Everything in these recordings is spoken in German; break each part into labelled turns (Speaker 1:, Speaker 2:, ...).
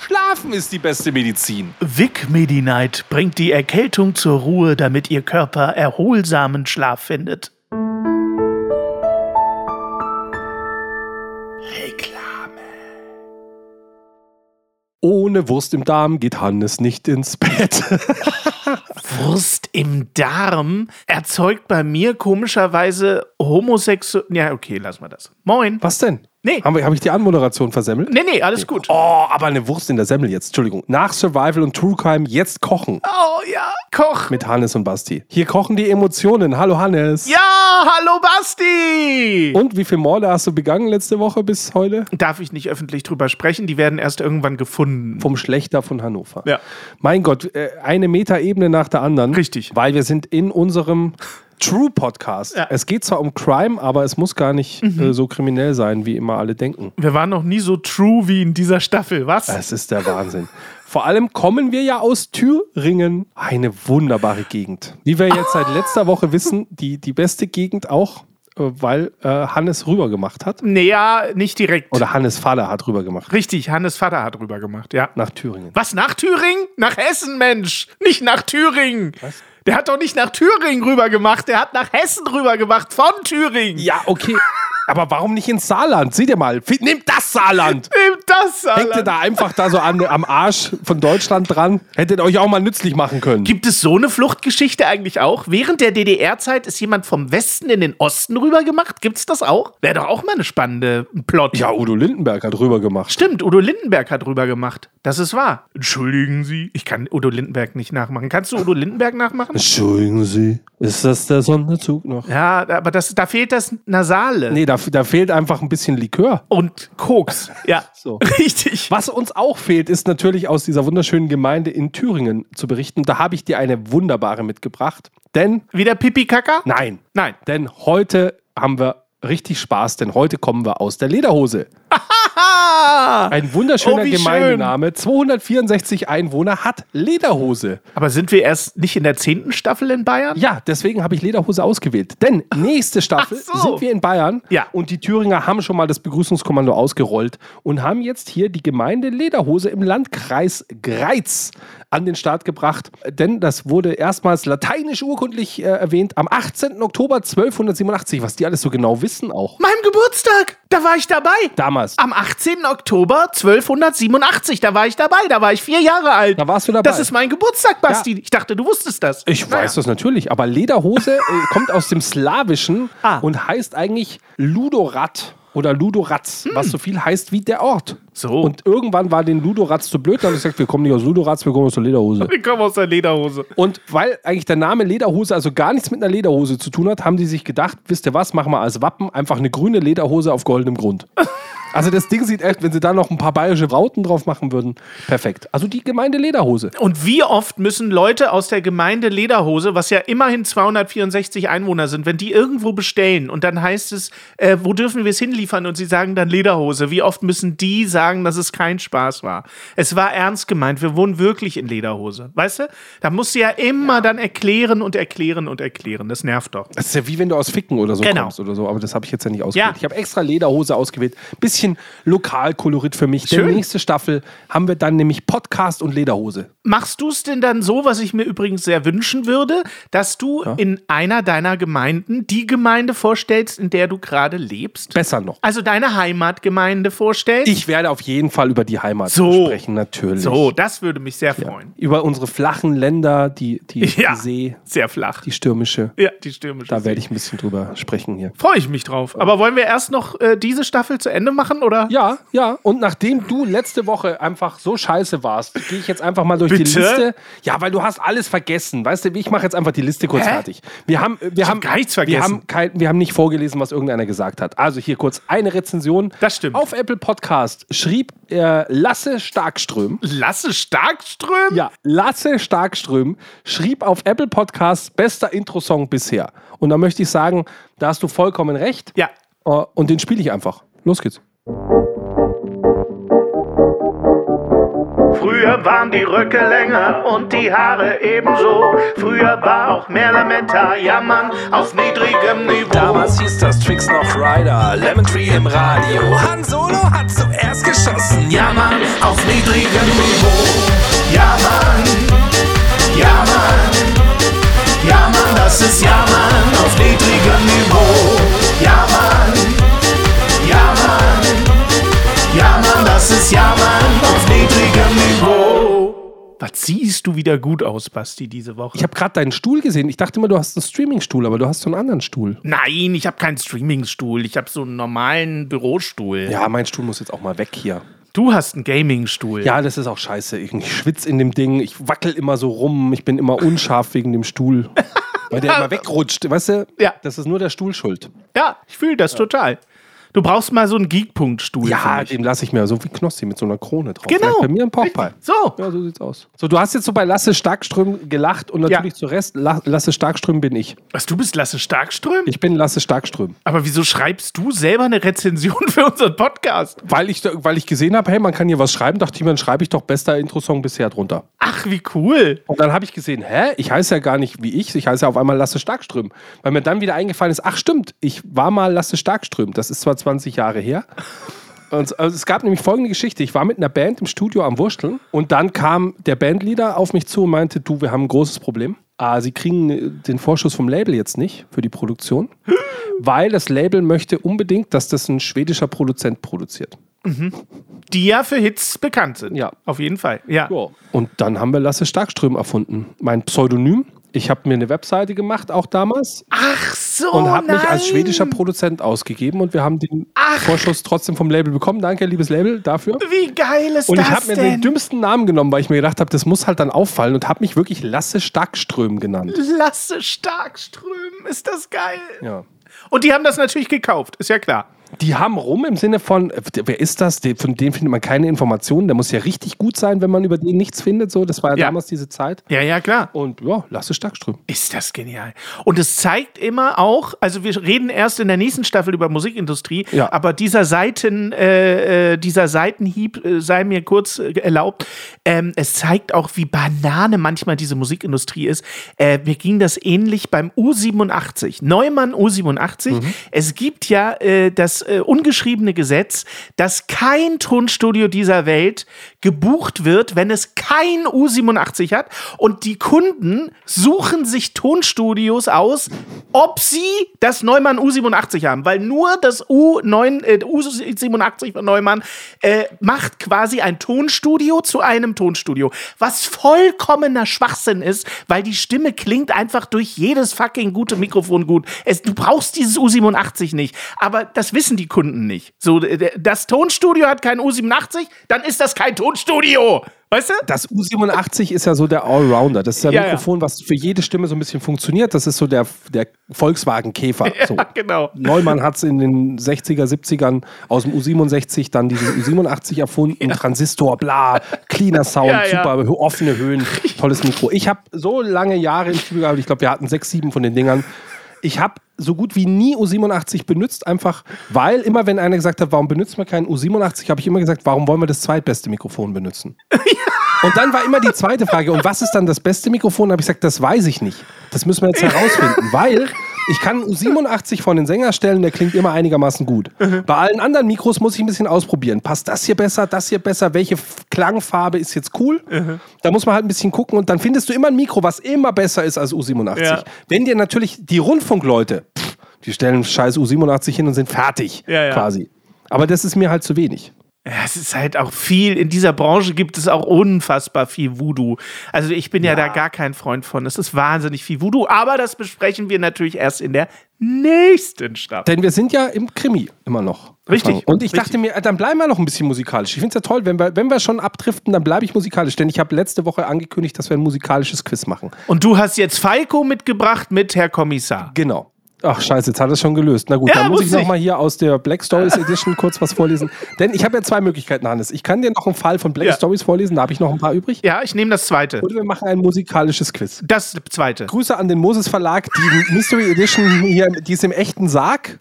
Speaker 1: Schlafen ist die beste Medizin.
Speaker 2: Vic Medi-Night bringt die Erkältung zur Ruhe, damit ihr Körper erholsamen Schlaf findet.
Speaker 1: Ohne Wurst im Darm geht Hannes nicht ins Bett.
Speaker 2: Wurst im Darm erzeugt bei mir komischerweise homosexuell. Ja, okay, lass mal das. Moin.
Speaker 1: Was denn?
Speaker 2: Nee.
Speaker 1: Habe hab ich die Anmoderation versemmelt?
Speaker 2: Nee, nee, alles gut.
Speaker 1: Oh, aber eine Wurst in der Semmel jetzt. Entschuldigung. Nach Survival und True Crime jetzt kochen.
Speaker 2: Oh ja, Koch.
Speaker 1: Mit Hannes und Basti. Hier kochen die Emotionen. Hallo Hannes.
Speaker 2: Ja, hallo Basti.
Speaker 1: Und wie viele Morde hast du begangen letzte Woche bis heute?
Speaker 2: Darf ich nicht öffentlich drüber sprechen? Die werden erst irgendwann gefunden.
Speaker 1: Vom Schlechter von Hannover.
Speaker 2: Ja.
Speaker 1: Mein Gott, äh, eine Metaebene nach der anderen.
Speaker 2: Richtig.
Speaker 1: Weil wir sind in unserem True Podcast.
Speaker 2: Ja.
Speaker 1: Es geht zwar um Crime, aber es muss gar nicht äh, so kriminell sein, wie immer alle denken.
Speaker 2: Wir waren noch nie so true wie in dieser Staffel, was?
Speaker 1: Das ist der Wahnsinn. Vor allem kommen wir ja aus Thüringen, eine wunderbare Gegend. Wie wir jetzt seit letzter Woche wissen, die, die beste Gegend auch, äh, weil äh, Hannes rüber gemacht hat.
Speaker 2: Nee, ja, nicht direkt.
Speaker 1: Oder Hannes Vater hat rüber gemacht.
Speaker 2: Richtig, Hannes Vater hat drüber gemacht, ja.
Speaker 1: Nach Thüringen.
Speaker 2: Was, nach Thüringen? Nach Hessen, Mensch. Nicht nach Thüringen. Was? Der hat doch nicht nach Thüringen rüber gemacht, der hat nach Hessen rüber gemacht, von Thüringen.
Speaker 1: Ja, okay. Aber warum nicht ins Saarland? Seht ihr mal, fi- nehmt das Saarland!
Speaker 2: Nehmt das,
Speaker 1: Hängt ihr
Speaker 2: Saarland.
Speaker 1: da einfach da so an, am Arsch von Deutschland dran? Hättet euch auch mal nützlich machen können.
Speaker 2: Gibt es so eine Fluchtgeschichte eigentlich auch? Während der DDR-Zeit ist jemand vom Westen in den Osten rüber gemacht? Gibt's das auch? Wäre doch auch mal eine spannende ein Plot.
Speaker 1: Ja, Udo Lindenberg hat rüber gemacht.
Speaker 2: Stimmt, Udo Lindenberg hat rüber gemacht. Das ist wahr. Entschuldigen Sie, ich kann Udo Lindenberg nicht nachmachen. Kannst du Udo Lindenberg nachmachen?
Speaker 1: Entschuldigen Sie, ist das der Sonderzug noch?
Speaker 2: Ja, aber das, da fehlt das Nasale
Speaker 1: Nee, da, da fehlt einfach ein bisschen Likör.
Speaker 2: und Koks. Ja,
Speaker 1: So.
Speaker 2: richtig.
Speaker 1: Was uns auch fehlt, ist natürlich aus dieser wunderschönen Gemeinde in Thüringen zu berichten. Da habe ich dir eine wunderbare mitgebracht. Denn,
Speaker 2: Wieder Pipi-Kaka?
Speaker 1: nein,
Speaker 2: Nein.
Speaker 1: denn heute haben wir richtig Spaß, denn heute kommen wir aus der Lederhose.
Speaker 2: Ah!
Speaker 1: Ein wunderschöner
Speaker 2: Oh, wie
Speaker 1: Gemeindename. 264 Einwohner hat Lederhose.
Speaker 2: Aber sind wir erst nicht in der zehnten Staffel in Bayern?
Speaker 1: Ja, deswegen habe ich Lederhose ausgewählt. Denn nächste Staffel
Speaker 2: Ach so.
Speaker 1: sind wir in Bayern
Speaker 2: Ja.
Speaker 1: und die Thüringer haben schon mal das Begrüßungskommando ausgerollt und haben jetzt hier die Gemeinde Lederhose im Landkreis Greiz an den Start gebracht. Denn das wurde erstmals lateinisch urkundlich äh, erwähnt am 18. Oktober 1287, was die alles so genau wissen auch.
Speaker 2: Meinem Geburtstag! Da war ich dabei!
Speaker 1: Damals.
Speaker 2: Am 18. Oktober 1287, da war ich dabei, da war ich vier Jahre alt.
Speaker 1: Da warst du dabei.
Speaker 2: Das ist mein Geburtstag, Basti. Ich dachte, du wusstest das.
Speaker 1: Ich weiß das natürlich, aber Lederhose äh, kommt aus dem Slawischen
Speaker 2: Ah.
Speaker 1: und heißt eigentlich Ludorat oder Ludoratz, was so viel heißt wie der Ort.
Speaker 2: Hm. So.
Speaker 1: Und irgendwann war den Ludoratz zu blöd, dann hat er gesagt, wir kommen nicht aus Ludoratz, wir kommen aus der Lederhose.
Speaker 2: Ich komme aus der Lederhose.
Speaker 1: Und weil eigentlich der Name Lederhose also gar nichts mit einer Lederhose zu tun hat, haben die sich gedacht, wisst ihr was, machen wir als Wappen einfach eine grüne Lederhose auf goldenem Grund. Also das Ding sieht echt, wenn sie da noch ein paar bayerische Rauten drauf machen würden, perfekt. Also die Gemeinde Lederhose.
Speaker 2: Und wie oft müssen Leute aus der Gemeinde Lederhose, was ja immerhin 264 Einwohner sind, wenn die irgendwo bestellen und dann heißt es, äh, wo dürfen wir es hinliefern? Und sie sagen dann Lederhose. Wie oft müssen die sagen, dass es kein Spaß war? Es war ernst gemeint. Wir wohnen wirklich in Lederhose. Weißt du? Da musst du ja immer dann erklären und erklären und erklären. Das nervt doch.
Speaker 1: Das ist ja wie wenn du aus Ficken oder so
Speaker 2: Genau.
Speaker 1: kommst oder so, aber das habe ich jetzt ja nicht ausgewählt.
Speaker 2: Ja.
Speaker 1: Ich habe extra Lederhose ausgewählt. Bisschen Lokalkolorit für mich.
Speaker 2: Schön.
Speaker 1: Denn nächste Staffel haben wir dann nämlich Podcast und Lederhose.
Speaker 2: Machst du es denn dann so, was ich mir übrigens sehr wünschen würde, dass du in einer deiner Gemeinden die Gemeinde vorstellst, in der du gerade lebst?
Speaker 1: Besser noch.
Speaker 2: Also deine Heimatgemeinde vorstellst?
Speaker 1: Ich werde auf jeden Fall über die Heimat
Speaker 2: So.
Speaker 1: sprechen, natürlich.
Speaker 2: so, Oh, das würde mich sehr freuen.
Speaker 1: Über unsere flachen Länder, die, die,
Speaker 2: Ja,
Speaker 1: die See,
Speaker 2: sehr flach.
Speaker 1: die stürmische.
Speaker 2: ja, die stürmische
Speaker 1: Da werde ich ein bisschen drüber sprechen hier.
Speaker 2: Freue ich mich drauf. Aber wollen wir erst noch äh, diese Staffel zu Ende machen? machen, oder?
Speaker 1: Ja, ja. Und nachdem du letzte Woche einfach so scheiße warst, gehe ich jetzt einfach mal durch die
Speaker 2: Bitte?
Speaker 1: Liste. Ja, weil du hast alles vergessen. Weißt du, ich mache jetzt einfach die Liste kurz
Speaker 2: Hä?
Speaker 1: fertig. Wir haben, wir
Speaker 2: hab
Speaker 1: haben
Speaker 2: gar nichts
Speaker 1: Wir
Speaker 2: vergessen.
Speaker 1: haben, kein, wir haben nicht vorgelesen, was irgendeiner gesagt hat. Also hier kurz eine Rezension.
Speaker 2: Das stimmt.
Speaker 1: Auf Apple Podcast schrieb äh, Lasse Starkström.
Speaker 2: Lasse Starkström?
Speaker 1: Ja, Lasse Starkström schrieb auf Apple Podcasts bester Intro-Song bisher. Und da möchte ich sagen, da hast du vollkommen recht.
Speaker 2: Ja.
Speaker 1: Äh, Und den spiele ich einfach. Los geht's.
Speaker 3: Früher waren die Röcke länger und die Haare ebenso. Früher war auch mehr Lametta, ja Mann, auf niedrigem Niveau.
Speaker 4: Damals hieß das Tricks noch Rider, Lemon Tree im Radio. Han Solo hat zuerst geschossen, ja.
Speaker 3: ja Mann, auf niedrigem Niveau. Ja Mann, ja Mann, ja Mann, das ist ja Mann, auf niedrigem Niveau. Ja Mann, ja Mann, ja Mann, das ist ja Mann, auf niedrigem Niveau.
Speaker 2: Was siehst du wieder gut aus, Basti, diese Woche?
Speaker 1: Ich habe gerade deinen Stuhl gesehen. Ich dachte immer, du hast einen Streaming-Stuhl, aber du hast so einen anderen Stuhl.
Speaker 2: Nein, ich habe keinen Streaming-Stuhl. Ich habe so einen normalen Bürostuhl.
Speaker 1: Ja, mein Stuhl muss jetzt auch mal weg hier.
Speaker 2: Du hast einen Gaming-Stuhl.
Speaker 1: Ja, das ist auch scheiße. Ich ich schwitz in dem Ding. Ich wackel immer so rum. Ich bin immer unscharf wegen dem Stuhl. Weil der immer wegrutscht. Weißt du?
Speaker 2: Ja.
Speaker 1: Das ist nur der Stuhl schuld.
Speaker 2: Ja, ich fühle das total. Du brauchst mal so einen Geek-Punkt-Stuhl.
Speaker 1: Ja,
Speaker 2: finde ich.
Speaker 1: den lasse ich mir. So wie Knossi mit so einer Krone drauf.
Speaker 2: Genau.
Speaker 1: Vielleicht Bei mir ein Pochball.
Speaker 2: So.
Speaker 1: Ja, so sieht's aus. So, du hast jetzt so bei Lasse Starkström gelacht und natürlich
Speaker 2: Ja.
Speaker 1: zu Rest, La Lasse Starkström bin ich.
Speaker 2: Was, du bist Lasse Starkström?
Speaker 1: Ich bin Lasse Starkström.
Speaker 2: Aber wieso schreibst du selber eine Rezension für unseren Podcast?
Speaker 1: Weil ich, weil ich gesehen habe, hey, man kann hier was schreiben, dachte ich mir, dann schreibe ich doch bester Intro-Song bisher drunter.
Speaker 2: Ach, wie cool.
Speaker 1: Und dann habe ich gesehen, hä, ich heiße ja gar nicht wie ich, ich heiße ja auf einmal Lasse Starkström. Weil mir dann wieder eingefallen ist, ach stimmt, ich war mal Lasse Starkström. Das ist zwar 20 Jahre her. Und also es gab nämlich folgende Geschichte. Ich war mit einer Band im Studio am Wursteln und dann kam der Bandleader auf mich zu und meinte, du, wir haben ein großes Problem. Ah, sie kriegen äh, den Vorschuss vom Label jetzt nicht für die Produktion, weil das Label möchte unbedingt, dass das ein schwedischer Produzent produziert.
Speaker 2: Die ja für Hits bekannt sind.
Speaker 1: Ja.
Speaker 2: Auf jeden Fall. Ja.
Speaker 1: Ja. Und dann haben wir Lasse Starkström erfunden. Mein Pseudonym. Ich habe mir eine Webseite gemacht, auch damals,
Speaker 2: Ach so.
Speaker 1: und habe mich
Speaker 2: nein.
Speaker 1: als schwedischer Produzent ausgegeben und wir haben den
Speaker 2: Ach.
Speaker 1: Vorschuss trotzdem vom Label bekommen. Danke, liebes Label, dafür.
Speaker 2: Wie geil ist
Speaker 1: Und
Speaker 2: das
Speaker 1: ich habe mir
Speaker 2: denn?
Speaker 1: den dümmsten Namen genommen, weil ich mir gedacht habe, das muss halt dann auffallen und habe mich wirklich Lasse Starkström genannt.
Speaker 2: Lasse Starkström. Ist das geil?
Speaker 1: Ja.
Speaker 2: Und die haben das natürlich gekauft. Ist ja klar.
Speaker 1: Die haben rum im Sinne von, äh, wer ist das? Den- Von dem findet man keine Informationen. Der muss ja richtig gut sein, wenn man über den nichts findet. So, das war ja,
Speaker 2: Ja.
Speaker 1: damals diese Zeit.
Speaker 2: Ja, ja, klar.
Speaker 1: Und ja, Lasse Starkström.
Speaker 2: Ist das genial. Und es zeigt immer auch, also wir reden erst in der nächsten Staffel über Musikindustrie,
Speaker 1: Ja.
Speaker 2: aber dieser, Seiten, äh, äh, dieser Seitenhieb äh, sei mir kurz äh, erlaubt. Ähm, es zeigt auch, wie Banane manchmal diese Musikindustrie ist. Äh, mir ging das ähnlich beim U87. Neumann U87. Es gibt ja äh, das äh, ungeschriebene Gesetz, dass kein Tonstudio dieser Welt gebucht wird, wenn es kein U87 hat. Und die Kunden suchen sich Tonstudios aus, ob sie das Neumann U87 haben. Weil nur das U9, äh, U87 von Neumann äh, macht quasi ein Tonstudio zu einem Tonstudio. Was vollkommener Schwachsinn ist, weil die Stimme klingt einfach durch jedes fucking gute Mikrofon gut. Es, du brauchst dieses U87 nicht. Aber das wissen die Kunden nicht. So, d- d- das Tonstudio hat kein U87, dann ist das kein Tonstudio. Weißt du?
Speaker 1: Das U87 ist ja so der Allrounder. Das ist ja ein
Speaker 2: Ja, ja.
Speaker 1: Mikrofon, was für jede Stimme so ein bisschen funktioniert. Das ist so der, der Volkswagen-Käfer. so.
Speaker 2: genau.
Speaker 1: Neumann hat es in den 60er, 70ern aus dem U67 dann dieses U87 erfunden. Transistor, bla, cleaner Sound,
Speaker 2: Ja, ja.
Speaker 1: super, hö- offene Höhen, tolles Mikro. Ich habe so lange Jahre im Studio gehabt, ich glaube, wir hatten sechs, sieben von den Dingern. Ich habe so gut wie nie U87 benutzt, einfach weil immer, wenn einer gesagt hat, warum benutzt man keinen U87, habe ich immer gesagt, warum wollen wir das zweitbeste Mikrofon benutzen? Und dann war immer die zweite Frage, und was ist dann das beste Mikrofon? Da habe ich gesagt, das weiß ich nicht. Das müssen wir jetzt herausfinden, weil ich kann einen U87 von den Sänger stellen, der klingt immer einigermaßen gut. Bei allen anderen Mikros muss ich ein bisschen ausprobieren. Passt das hier besser, das hier besser, welche F- Klangfarbe ist jetzt cool? Da muss man halt ein bisschen gucken und dann findest du immer ein Mikro, was immer besser ist als U87.
Speaker 2: Ja.
Speaker 1: Wenn dir natürlich die Rundfunkleute, pff, die stellen scheiß U87 hin und sind fertig
Speaker 2: Ja, ja.
Speaker 1: quasi. Aber das ist mir halt zu wenig.
Speaker 2: Ja, Es ist halt auch viel, in dieser Branche gibt es auch unfassbar viel Voodoo. Also ich bin ja, da gar kein Freund von. Es ist wahnsinnig viel Voodoo, aber das besprechen wir natürlich erst in der nächsten Staffel.
Speaker 1: Denn wir sind ja im Krimi immer noch.
Speaker 2: Richtig,
Speaker 1: Anfang. Und ich
Speaker 2: richtig.
Speaker 1: dachte mir, äh, dann bleiben wir noch ein bisschen musikalisch. Ich finde es ja toll, wenn wir, wenn wir schon abdriften, dann bleibe ich musikalisch. Denn ich habe letzte Woche angekündigt, dass wir ein musikalisches Quiz machen.
Speaker 2: Und du hast jetzt Falco mitgebracht mit Herr Kommissar.
Speaker 1: Genau. Ach scheiße, jetzt hat er es schon gelöst. Na gut,
Speaker 2: Ja,
Speaker 1: dann muss
Speaker 2: muss
Speaker 1: ich
Speaker 2: ich.
Speaker 1: nochmal hier aus der Black Stories Edition kurz was vorlesen. Denn ich habe ja zwei Möglichkeiten, Hannes. Ich kann dir noch einen Fall von Black
Speaker 2: Ja.
Speaker 1: Stories vorlesen, da habe ich noch ein paar übrig.
Speaker 2: Ja, ich nehme das zweite.
Speaker 1: Oder wir machen ein musikalisches Quiz.
Speaker 2: Das zweite.
Speaker 1: Grüße an den Moses Verlag, die Mystery Edition hier, die ist im echten Sarg.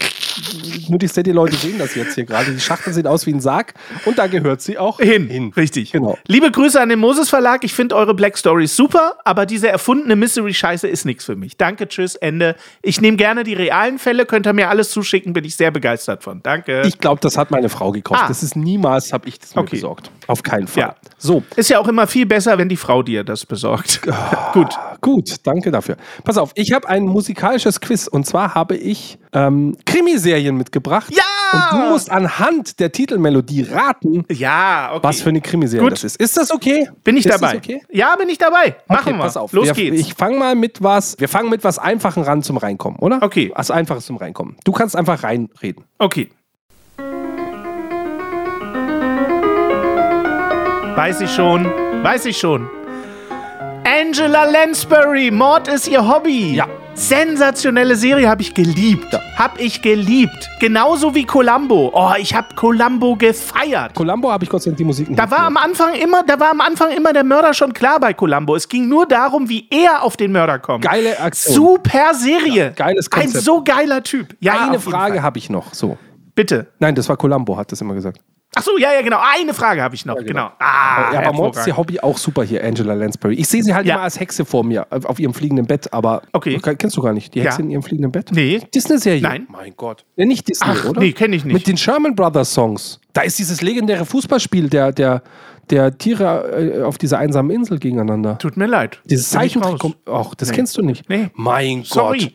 Speaker 1: Nur die Steady-Leute sehen das jetzt hier gerade. Die Schachtel sieht aus wie ein Sarg und da gehört sie auch
Speaker 2: Hin.
Speaker 1: hin.
Speaker 2: Richtig.
Speaker 1: Genau.
Speaker 2: Liebe Grüße an den Moses Verlag. Ich finde eure Black Stories super, aber diese erfundene Mystery-Scheiße ist nichts für mich. Danke, tschüss, Ende. Ich nehme gerne die realen Fälle. Könnt ihr mir alles zuschicken, bin ich sehr begeistert von. Danke.
Speaker 1: Ich glaube, das hat meine Frau gekauft.
Speaker 2: Ah.
Speaker 1: Das ist niemals, habe ich das mir
Speaker 2: Okay.
Speaker 1: besorgt. Auf keinen Fall.
Speaker 2: Ja.
Speaker 1: So,
Speaker 2: ist ja auch immer viel besser, wenn die Frau dir das besorgt.
Speaker 1: Ah.
Speaker 2: Gut.
Speaker 1: gut, danke dafür. Pass auf, ich habe ein musikalisches Quiz und zwar habe ich ähm, Krimiserien mitgebracht.
Speaker 2: Ja!
Speaker 1: Und du musst anhand der Titelmelodie raten,
Speaker 2: Ja, okay.
Speaker 1: was für eine Krimiserie
Speaker 2: Gut.
Speaker 1: das ist. Ist das okay?
Speaker 2: bin ich
Speaker 1: ist
Speaker 2: dabei?
Speaker 1: Das okay?
Speaker 2: Ja, bin ich dabei. Machen
Speaker 1: okay,
Speaker 2: wir.
Speaker 1: pass auf.
Speaker 2: Los
Speaker 1: wir,
Speaker 2: geht's.
Speaker 1: Ich fange mal mit was. Wir fangen mit was Einfachem ran zum Reinkommen, oder?
Speaker 2: Okay.
Speaker 1: Was Einfaches zum Reinkommen. Du kannst einfach reinreden.
Speaker 2: Okay. Weiß ich schon, weiß ich schon. Angela Lansbury, Mord ist ihr Hobby.
Speaker 1: Ja.
Speaker 2: Sensationelle Serie, habe ich geliebt. Habe ich geliebt. Genauso wie Columbo. Oh, ich habe Columbo gefeiert.
Speaker 1: Columbo habe ich Gott sei Dank die Musik nicht
Speaker 2: Da war am
Speaker 1: gehört.
Speaker 2: Anfang immer, da war am Anfang immer der Mörder schon klar bei Columbo. Es ging nur darum, wie er auf den Mörder kommt.
Speaker 1: Geile Aktion.
Speaker 2: Super Serie.
Speaker 1: geiles
Speaker 2: Ein
Speaker 1: Konzept.
Speaker 2: so geiler Typ. Ja,
Speaker 1: Eine
Speaker 2: auf jeden
Speaker 1: Frage
Speaker 2: Fall.
Speaker 1: habe ich noch. So.
Speaker 2: Bitte.
Speaker 1: Nein, das war Columbo, hat das immer gesagt.
Speaker 2: Ach so, ja, ja, genau. Eine Frage habe ich noch. genau. Ah,
Speaker 1: ja, aber Mord ist ihr
Speaker 2: hervorragend.
Speaker 1: Hobby auch super hier, Angela Lansbury. Ich sehe sie halt
Speaker 2: Ja.
Speaker 1: immer als Hexe vor mir, auf auf ihrem fliegenden Bett, aber
Speaker 2: Okay.
Speaker 1: Ke- kennst du gar nicht. Die Hexe
Speaker 2: Ja.
Speaker 1: in ihrem fliegenden Bett?
Speaker 2: Nee.
Speaker 1: Disney-Serie?
Speaker 2: Nein.
Speaker 1: Mein Gott. Nee, nicht Disney,
Speaker 2: Ach,
Speaker 1: oder?
Speaker 2: nee, kenn ich nicht.
Speaker 1: Mit den Sherman Brothers Songs. Da ist dieses legendäre Fußballspiel der, der, der Tiere äh, auf dieser einsamen Insel gegeneinander.
Speaker 2: Tut mir leid.
Speaker 1: Dieses
Speaker 2: Bin ich
Speaker 1: Zeichentrick.
Speaker 2: raus.
Speaker 1: Ach, das kennst du nicht.
Speaker 2: Nee.
Speaker 1: Mein
Speaker 2: Sorry.
Speaker 1: Gott.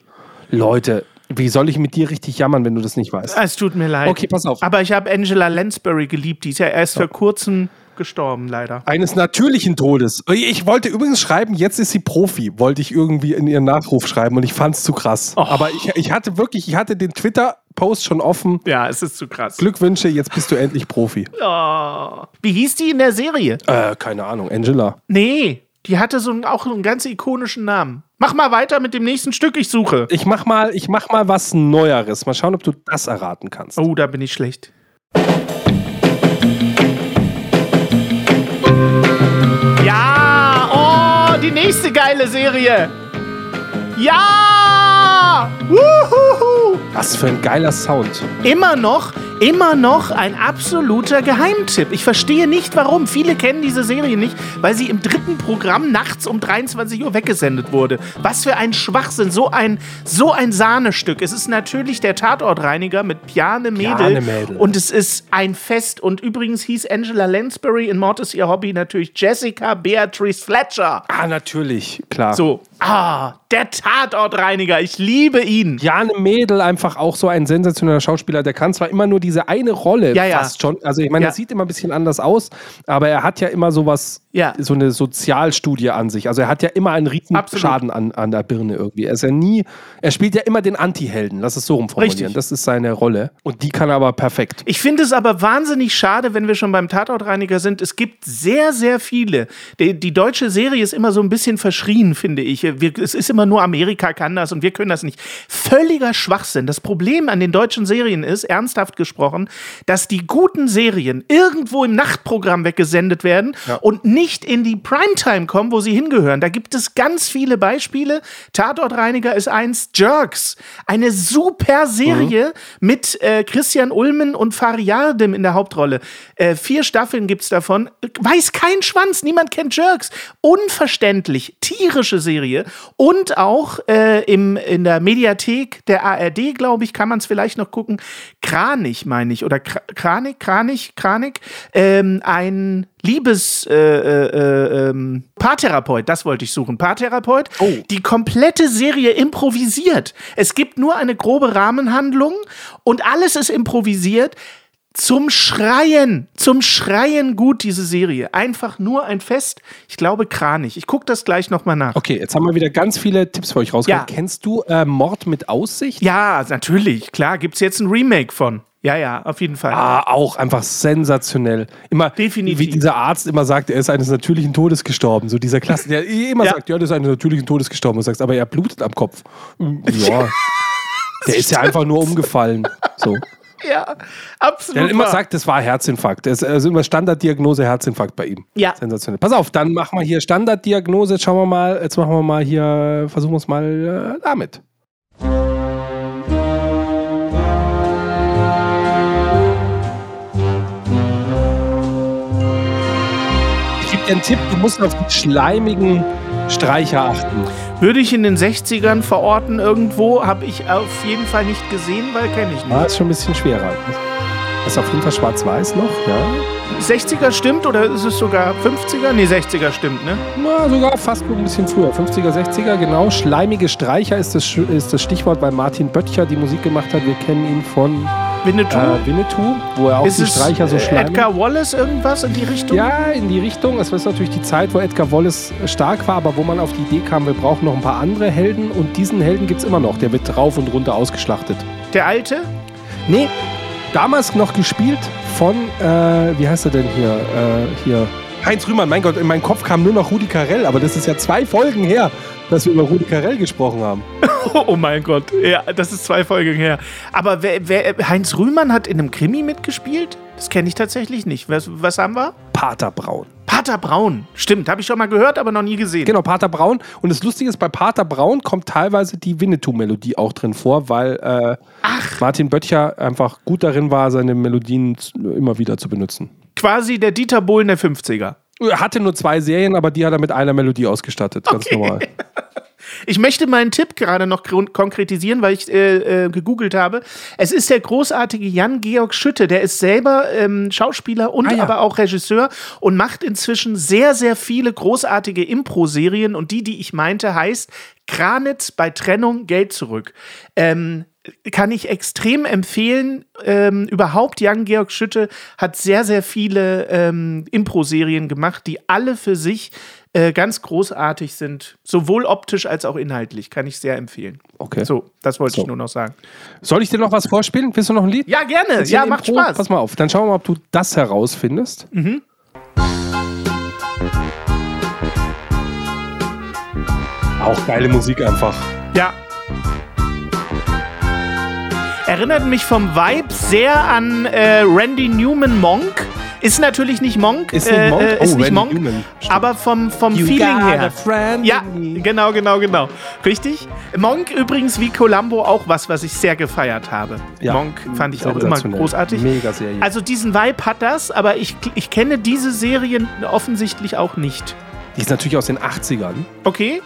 Speaker 1: Leute, wie soll ich mit dir richtig jammern, wenn du das nicht weißt?
Speaker 2: Ah, Es tut mir leid.
Speaker 1: Okay, pass auf.
Speaker 2: Aber ich habe Angela Lansbury geliebt. Die ist ja erst vor kurzem gestorben, leider.
Speaker 1: Eines natürlichen Todes. Ich wollte übrigens schreiben, jetzt ist sie Profi, wollte ich irgendwie in ihren Nachruf schreiben und ich fand's zu krass. Aber ich, ich hatte wirklich, ich hatte den Twitter-Post schon offen.
Speaker 2: Ja, es ist zu krass.
Speaker 1: Glückwünsche, jetzt bist du endlich Profi.
Speaker 2: Wie hieß die in der Serie?
Speaker 1: Äh, keine Ahnung, Angela.
Speaker 2: Nee, die hatte so einen, auch einen ganz ikonischen Namen. Mach mal weiter mit dem nächsten Stück, ich suche.
Speaker 1: Ich mach mal, ich mach mal was Neueres. Mal schauen, ob du das erraten kannst.
Speaker 2: Oh, da bin ich schlecht. Ja, oh, die nächste geile Serie. Ja! Wuhuhu!
Speaker 1: Was für ein geiler Sound.
Speaker 2: Immer noch, immer noch ein absoluter Geheimtipp. Ich verstehe nicht, warum. Viele kennen diese Serie nicht, weil sie im dritten Programm nachts um 23 Uhr weggesendet wurde. Was für ein Schwachsinn, so ein, so ein Sahnestück. Es ist natürlich der Tatortreiniger mit Piane Mädel.
Speaker 1: Piane Mädel.
Speaker 2: Und es ist ein Fest. Und übrigens hieß Angela Lansbury in Mord ist ihr Hobby natürlich Jessica Beatrice Fletcher.
Speaker 1: Ah, natürlich, klar. So.
Speaker 2: So, ah, der Tatortreiniger. Ich liebe ihn.
Speaker 1: Jane Mädel einfach auch so ein sensationeller Schauspieler. Der kann zwar immer nur diese eine Rolle
Speaker 2: Ja, ja.
Speaker 1: fast schon. Also ich meine,
Speaker 2: Ja.
Speaker 1: das sieht immer ein bisschen anders aus, aber er hat ja immer sowas,
Speaker 2: Ja.
Speaker 1: so eine Sozialstudie an sich. Also er hat ja immer einen riesen
Speaker 2: Absolut.
Speaker 1: Schaden an, an der Birne irgendwie. Er ist ja nie, er spielt ja immer den Anti-Helden. Lass es so rumformulieren.
Speaker 2: Richtig.
Speaker 1: Das ist seine Rolle und die kann er aber perfekt.
Speaker 2: Ich finde es aber wahnsinnig schade, wenn wir schon beim Tatortreiniger sind. Es gibt sehr, sehr viele. Die, die deutsche Serie ist immer so ein bisschen verschrien, finde ich. Wir, es ist immer nur Amerika kann das und wir können das nicht. Völliger Schwachsinn. Das Problem an den deutschen Serien ist, ernsthaft gesprochen, dass die guten Serien irgendwo im Nachtprogramm weggesendet werden und nicht in die Primetime kommen, wo sie hingehören. Da gibt es ganz viele Beispiele. Tatortreiniger ist eins. Jerks. Eine super Serie mit äh, Christian Ulmen und Fariadim in der Hauptrolle. Äh, vier Staffeln gibt's davon. Weiß kein Schwanz, niemand kennt Jerks. Unverständlich, tierische Serie. Und auch äh, im, in der Mediathek der ARD, glaube ich, kann man es vielleicht noch gucken. Kranich, meine ich. Oder Kra- Kranik, Kranich, Kranik. Ähm, ein Liebes äh, äh, äh, ähm, Paartherapeut, das wollte ich suchen. Paartherapeut, die komplette Serie improvisiert. Es gibt nur eine grobe Rahmenhandlung und alles ist improvisiert. Zum Schreien, zum Schreien gut, diese Serie. Einfach nur ein Fest. Ich glaube, Kranich. Ich gucke das gleich nochmal nach.
Speaker 1: Okay, jetzt haben wir wieder ganz viele Tipps für euch rausgekommen.
Speaker 2: Ja.
Speaker 1: Kennst du äh, Mord mit Aussicht?
Speaker 2: Ja, natürlich, klar, gibt es jetzt ein Remake von. Ja, ja, auf jeden Fall.
Speaker 1: Ah, auch einfach sensationell. Immer,
Speaker 2: Definitiv.
Speaker 1: wie dieser Arzt immer sagt, er ist eines natürlichen Todes gestorben. So dieser Klasse, der immer
Speaker 2: Ja.
Speaker 1: sagt, ja, der ist eines natürlichen Todes gestorben. Und du sagst, aber er blutet am Kopf. Mm, Ja. der ist ja einfach nur umgefallen. So.
Speaker 2: ja, absolut.
Speaker 1: Der immer
Speaker 2: wahr.
Speaker 1: sagt, das war Herzinfarkt. Das ist also immer Standarddiagnose Herzinfarkt bei ihm.
Speaker 2: Ja.
Speaker 1: Sensationell. Pass auf, dann machen wir hier Standarddiagnose. Jetzt Schauen wir mal, jetzt machen wir mal hier, versuchen wir es mal äh, damit. Ich gebe dir einen Tipp, du musst auf den schleimigen Streicher achten.
Speaker 2: Würde ich in den 60ern verorten irgendwo, habe ich auf jeden Fall nicht gesehen, weil kenne ich
Speaker 1: Ah,
Speaker 2: nicht.
Speaker 1: ist schon ein bisschen schwerer. Ist auf jeden Fall schwarz-weiß noch, ja.
Speaker 2: 60er stimmt oder ist es sogar 50er? Nee, 60er stimmt, ne?
Speaker 1: Na, sogar fast noch ein bisschen früher. 50er, 60er, genau. Schleimige Streicher ist das, Sch- ist das Stichwort, weil Martin Böttcher die Musik gemacht hat. Wir kennen ihn von
Speaker 2: Winnetou?
Speaker 1: äh, Winnetou, wo er auch
Speaker 2: ist
Speaker 1: die
Speaker 2: es
Speaker 1: Streicher so
Speaker 2: äh,
Speaker 1: schleimig...
Speaker 2: Edgar Wallace irgendwas in die Richtung?
Speaker 1: ja, in die Richtung. Es war natürlich die Zeit, wo Edgar Wallace stark war, aber wo man auf die Idee kam, wir brauchen noch ein paar andere Helden und diesen Helden gibt es immer noch. Der wird rauf und runter ausgeschlachtet.
Speaker 2: Der alte?
Speaker 1: Nee, damals noch gespielt von, äh, wie heißt er denn hier? Äh, hier. Heinz Rühmann, mein Gott, in meinen Kopf kam nur noch Rudi Carell, aber das ist ja zwei Folgen her, dass wir über Rudi Carell gesprochen haben.
Speaker 2: Oh, oh mein Gott, ja, das ist zwei Folgen her. Aber wer, wer, Heinz Rühmann hat in einem Krimi mitgespielt? Das kenne ich tatsächlich nicht. Was, was haben wir?
Speaker 1: Pater Braun.
Speaker 2: Pater Braun. Stimmt, habe ich schon mal gehört, aber noch nie gesehen.
Speaker 1: Genau, Pater Braun. Und das Lustige ist, bei Pater Braun kommt teilweise die Winnetou-Melodie auch drin vor, weil äh, Martin Böttcher einfach gut darin war, seine Melodien z- immer wieder zu benutzen.
Speaker 2: Quasi der Dieter Bohlen der 50er.
Speaker 1: Er hatte nur zwei Serien, aber die hat er mit einer Melodie ausgestattet, ganz normal.
Speaker 2: Ich möchte meinen Tipp gerade noch grun- konkretisieren, weil ich äh, äh, gegoogelt habe. Es ist der großartige Jan-Georg Schütte, der ist selber ähm, Schauspieler und
Speaker 1: Ah, ja.
Speaker 2: aber auch Regisseur und macht inzwischen sehr, sehr viele großartige Impro-Serien und die, die ich meinte, heißt Kranitz bei Trennung Geld zurück. Ähm, kann ich extrem empfehlen. Ähm, überhaupt, Jan-Georg Schütte hat sehr, sehr viele ähm, Impro-Serien gemacht, die alle für sich äh, ganz großartig sind. Sowohl optisch als auch inhaltlich. Kann ich sehr empfehlen.
Speaker 1: Okay.
Speaker 2: So, das wollte
Speaker 1: So.
Speaker 2: ich nur noch sagen.
Speaker 1: Soll ich dir noch was vorspielen? Willst du noch ein Lied?
Speaker 2: Ja, gerne.
Speaker 1: Bisschen
Speaker 2: Ja, macht
Speaker 1: Impro.
Speaker 2: Spaß. Mhm.
Speaker 1: Pass mal auf, dann schauen wir mal, ob du das herausfindest. Auch geile Musik einfach.
Speaker 2: Ja. Erinnert mich vom Vibe sehr an äh, Randy Newman Monk. Ist natürlich nicht Monk.
Speaker 1: Ist nicht Monk?
Speaker 2: Äh,
Speaker 1: Oh,
Speaker 2: ist nicht
Speaker 1: Randy
Speaker 2: Monk
Speaker 1: Newman. Stimmt.
Speaker 2: aber vom, vom Feeling her.
Speaker 1: friend
Speaker 2: Ja,
Speaker 1: in me.
Speaker 2: genau, genau, genau. Richtig? Monk übrigens wie Columbo auch was, was ich sehr gefeiert habe.
Speaker 1: Ja.
Speaker 2: Monk fand ich auch immer
Speaker 1: Sensationell.
Speaker 2: großartig.
Speaker 1: Mega Serie.
Speaker 2: Also diesen Vibe hat das, aber ich, ich kenne diese Serien offensichtlich auch nicht.
Speaker 1: Die ist natürlich aus den 80ern.
Speaker 2: Okay?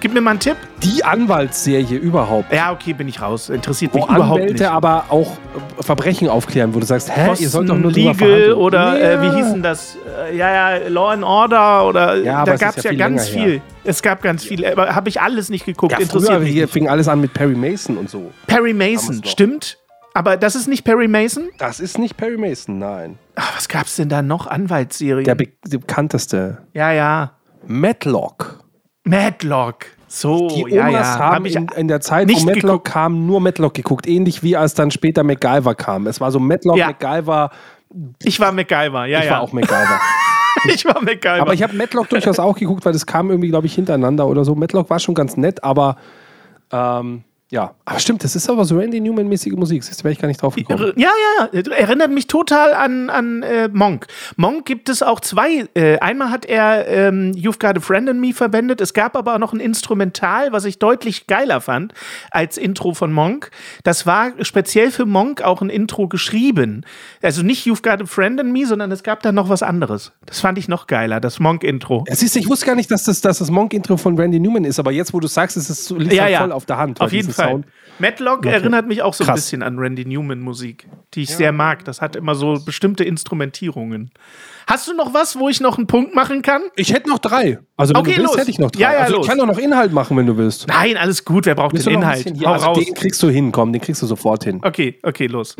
Speaker 2: Gib mir mal einen Tipp.
Speaker 1: Die Anwaltsserie überhaupt.
Speaker 2: Ja, okay, bin ich raus. Interessiert
Speaker 1: Wo
Speaker 2: mich überhaupt
Speaker 1: Oh, Anwälte
Speaker 2: nicht.
Speaker 1: aber auch äh, Verbrechen aufklären, wo du sagst, hä, ihr sollt doch nur drüber
Speaker 2: Legal
Speaker 1: verhandeln.
Speaker 2: oder äh,
Speaker 1: Ja.
Speaker 2: wie hießen das? Äh, ja, ja, Law and Order oder
Speaker 1: Ja, aber
Speaker 2: da
Speaker 1: es ist
Speaker 2: gab es
Speaker 1: ja
Speaker 2: ja,
Speaker 1: viel
Speaker 2: ganz
Speaker 1: länger
Speaker 2: viel. Es gab ganz viel, aber habe ich alles nicht geguckt.
Speaker 1: Ja, früher
Speaker 2: Interessiert mich.
Speaker 1: hier fing alles an mit Perry Mason und so.
Speaker 2: Perry
Speaker 1: Damals
Speaker 2: Mason,
Speaker 1: noch.
Speaker 2: stimmt? Aber das ist nicht Perry Mason?
Speaker 1: Das ist nicht Perry Mason, nein.
Speaker 2: Ach, was gab's denn da noch? Anwaltsserien?
Speaker 1: Der be bekannteste.
Speaker 2: ja, ja.
Speaker 1: Matlock.
Speaker 2: Madlock. So,
Speaker 1: Die
Speaker 2: Oh, ja,
Speaker 1: Omas
Speaker 2: ja.
Speaker 1: haben
Speaker 2: Hab ich, äh,
Speaker 1: in, in der Zeit,
Speaker 2: nicht
Speaker 1: wo Matlock
Speaker 2: geguckt.
Speaker 1: kam, nur Matlock geguckt. Ähnlich wie als dann später MacGyver kam. Es war so Matlock,
Speaker 2: Ja.
Speaker 1: MacGyver.
Speaker 2: ich war MacGyver, ja,
Speaker 1: Ich
Speaker 2: ja.
Speaker 1: war auch MacGyver.
Speaker 2: ich war MacGyver.
Speaker 1: aber ich habe Matlock durchaus auch geguckt, weil das kam irgendwie, glaube ich, hintereinander oder so. Matlock war schon ganz nett, aber ähm, ja. Aber stimmt, das ist aber so Randy Newman-mäßige Musik. Siehst du, wäre ich gar nicht drauf gekommen.
Speaker 2: Ja, äh, ja, ja. Erinnert mich total an, an äh, Monk. Monk gibt es auch zwei. Äh, einmal hat er ähm, You've Got a Friend in Me verwendet. Es gab aber auch noch ein Instrumental, was ich deutlich geiler fand als Intro von Monk. Das war speziell für Monk auch ein Intro geschrieben. Also nicht You've Got a Friend in Me, sondern es gab da noch was anderes. Das fand ich noch geiler, das Monk-Intro.
Speaker 1: Ja, siehst du, ich wusste gar nicht, dass das, dass das Monk-Intro von Randy Newman ist, aber jetzt, wo du sagst, ist es so, liegt halt voll auf der Hand.
Speaker 2: Auf
Speaker 1: weil
Speaker 2: jeden
Speaker 1: diesen
Speaker 2: Fall.
Speaker 1: Sound-
Speaker 2: Matlock erinnert mich auch so ein
Speaker 1: Krass.
Speaker 2: bisschen an Randy Newman Musik, die ich sehr mag. Das hat immer so bestimmte Instrumentierungen. Hast du noch was, wo ich noch einen Punkt machen kann?
Speaker 1: Ich hätte noch drei. Also wenn
Speaker 2: Okay,
Speaker 1: du willst,
Speaker 2: los.
Speaker 1: hätte ich noch drei.
Speaker 2: Ja, ja,
Speaker 1: also ich
Speaker 2: los.
Speaker 1: kann doch noch Inhalt machen, wenn du willst.
Speaker 2: Nein, alles gut. Wer braucht
Speaker 1: Bist
Speaker 2: den
Speaker 1: du noch ein
Speaker 2: Inhalt?
Speaker 1: bisschen- Also
Speaker 2: Hau
Speaker 1: Ja, also
Speaker 2: raus.
Speaker 1: den kriegst du hin, komm, den kriegst du sofort hin.
Speaker 2: Okay, okay, los.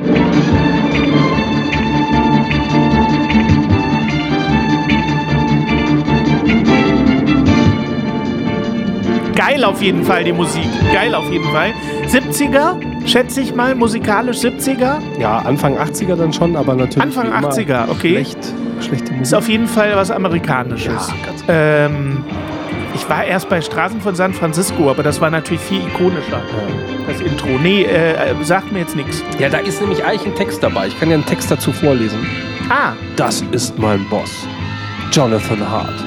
Speaker 2: Geil auf jeden Fall, die Musik. Geil auf jeden Fall. 70er, schätze ich mal, musikalisch 70er.
Speaker 1: Ja, Anfang 80er dann schon, aber natürlich.
Speaker 2: Anfang
Speaker 1: wie immer
Speaker 2: 80er, okay.
Speaker 1: Schlecht, schlechte Musik.
Speaker 2: Ist auf jeden Fall was Amerikanisches. ähm, ich war erst bei Straßen von San Francisco, aber das war natürlich viel ikonischer. Das Intro. Nee, äh, äh, sagt mir jetzt nichts.
Speaker 1: Ja, da ist nämlich eigentlich ein Text dabei. Ich kann ja einen Text dazu vorlesen.
Speaker 2: Ah,
Speaker 1: Das ist mein Boss, Jonathan Hart.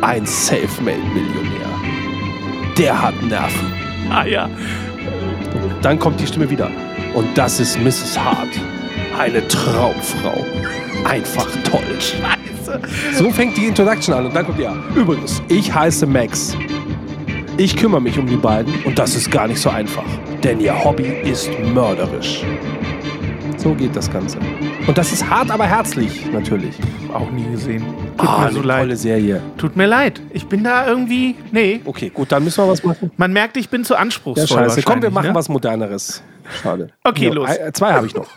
Speaker 1: Ein Selfmade-Millionär. Der hat Nerven.
Speaker 2: ah ja.
Speaker 1: Dann kommt die Stimme wieder. Und das ist Mrs. Hart. Eine Traumfrau. Einfach toll. So fängt die Introduction an und dann kommt ja. Übrigens, ich heiße Max. Ich kümmere mich um die beiden und das ist gar nicht so einfach. Denn ihr Hobby ist mörderisch. So geht das Ganze. Und das ist hart, aber herzlich, natürlich.
Speaker 2: Auch nie gesehen. Tut
Speaker 1: Ah,
Speaker 2: mir so
Speaker 1: eine
Speaker 2: leid.
Speaker 1: tolle Serie.
Speaker 2: Tut mir leid. Ich bin da irgendwie. Nee.
Speaker 1: Okay, gut, dann müssen wir was machen.
Speaker 2: Man merkt, ich bin zu anspruchsvoll.
Speaker 1: Ja, scheiße. Komm, wir
Speaker 2: wahrscheinlich,
Speaker 1: machen
Speaker 2: ne?
Speaker 1: was Moderneres. Schade.
Speaker 2: Okay,
Speaker 1: Ja,
Speaker 2: los.
Speaker 1: ein- Zwei habe ich noch.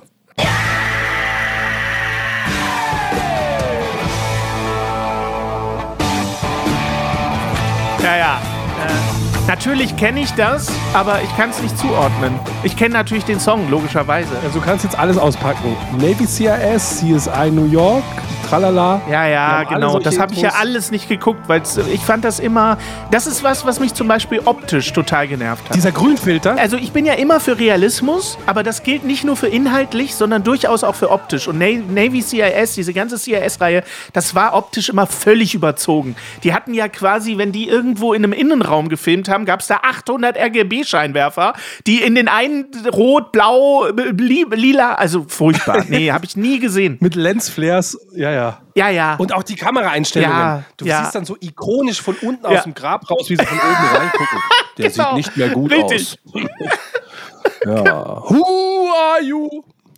Speaker 2: ne? Ja, ja. Äh, natürlich kenne ich das, aber ich kann es nicht zuordnen. Ich kenne natürlich den Song, logischerweise.
Speaker 1: Also du kannst jetzt alles auspacken. Navy CRS, CSI New York, tralala.
Speaker 2: Ja, ja,
Speaker 1: Wir haben alle
Speaker 2: genau.
Speaker 1: solche
Speaker 2: Das habe ich ja
Speaker 1: Intros.
Speaker 2: alles nicht geguckt, weil ich fand das immer. Das ist was, was mich zum Beispiel optisch total genervt hat.
Speaker 1: Dieser Grünfilter.
Speaker 2: also ich bin ja immer für Realismus, aber das gilt nicht nur für inhaltlich, sondern durchaus auch für optisch. Und Na- Navy CIS, diese ganze CIS-Reihe, das war optisch immer völlig überzogen. Die hatten ja quasi, wenn die irgendwo in einem Innenraum gefilmt haben, gab es da 800 RGB-Scheinwerfer, die in den einen rot, blau, äh, li lila, also furchtbar. Nee, habe ich nie gesehen.
Speaker 1: mit Lensflares, ja, ja.
Speaker 2: Ja, ja.
Speaker 1: Und auch die Kameraeinstellungen.
Speaker 2: Ja,
Speaker 1: du
Speaker 2: ja.
Speaker 1: siehst dann so ikonisch von unten
Speaker 2: Ja.
Speaker 1: aus dem Grab raus, wie sie von oben reingucken. Der
Speaker 2: Genau.
Speaker 1: sieht nicht mehr gut
Speaker 2: Richtig.
Speaker 1: aus. ja. Who are you?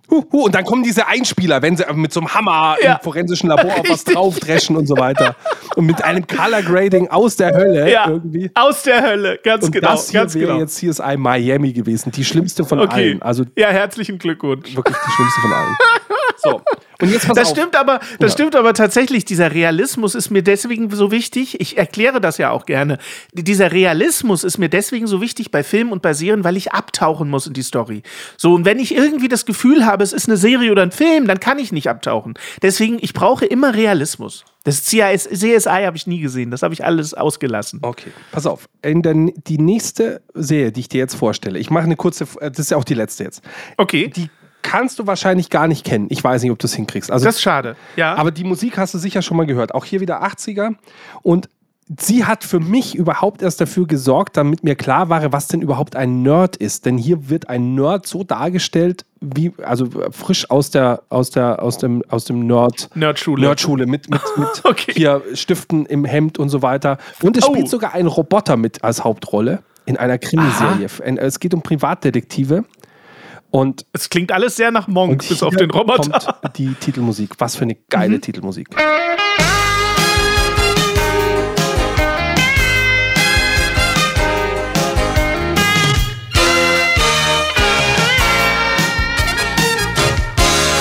Speaker 1: Hu, hu. Und dann kommen diese Einspieler, wenn sie mit so einem Hammer
Speaker 2: Ja.
Speaker 1: im forensischen Labor auf was
Speaker 2: Richtig.
Speaker 1: draufdreschen und so weiter. Und mit einem Color Grading aus der Hölle
Speaker 2: Ja,
Speaker 1: irgendwie.
Speaker 2: aus der Hölle, ganz
Speaker 1: Und
Speaker 2: genau.
Speaker 1: das hier
Speaker 2: ganz
Speaker 1: wäre
Speaker 2: genau.
Speaker 1: jetzt CSI Miami gewesen. Die schlimmste von
Speaker 2: okay.
Speaker 1: allen. Also
Speaker 2: ja, herzlichen Glückwunsch.
Speaker 1: wirklich die schlimmste von allen. So. Und jetzt pass
Speaker 2: Das
Speaker 1: auf.
Speaker 2: stimmt aber, das stimmt aber tatsächlich. Dieser Realismus ist mir deswegen so wichtig. Ich erkläre das ja auch gerne. D- Dieser Realismus ist mir deswegen so wichtig bei Filmen und bei Serien, weil ich abtauchen muss in die Story. So und wenn ich irgendwie das Gefühl habe, es ist eine Serie oder ein Film, dann kann ich nicht abtauchen. Deswegen, ich brauche immer Realismus. Das CIS, CSI habe ich nie gesehen. Das habe ich alles ausgelassen.
Speaker 1: Okay, pass auf. In der, die nächste Serie, die ich dir jetzt vorstelle, ich mache eine kurze, äh, das ist ja auch die letzte jetzt.
Speaker 2: Okay,
Speaker 1: Die kannst du wahrscheinlich gar nicht kennen. Ich weiß nicht, ob du es hinkriegst. Also,
Speaker 2: das ist schade. Ja.
Speaker 1: aber die Musik hast du sicher schon mal gehört. Auch hier wieder 80er. Und sie hat für mich überhaupt erst dafür gesorgt, damit mir klar war, was denn überhaupt ein Nerd ist. Denn hier wird ein Nerd so dargestellt, wie, also äh, frisch aus der, aus der, aus dem, aus dem Nerd.
Speaker 2: Nerdschule.
Speaker 1: Nerdschule mit, mit, mit
Speaker 2: Okay.
Speaker 1: hier Stiften im Hemd und so weiter. Und es
Speaker 2: Oh.
Speaker 1: spielt sogar ein Roboter mit als Hauptrolle in einer Krimiserie. Ein- Es geht um Privatdetektive. Und
Speaker 2: Es klingt alles sehr nach Monk,
Speaker 1: und
Speaker 2: bis auf
Speaker 1: hier
Speaker 2: den Roboter. Mhm.
Speaker 1: Kommt die Titelmusik. Was für eine geile Titelmusik.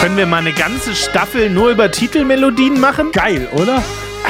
Speaker 2: Können wir mal eine ganze Staffel nur über Titelmelodien machen?
Speaker 1: Geil, oder?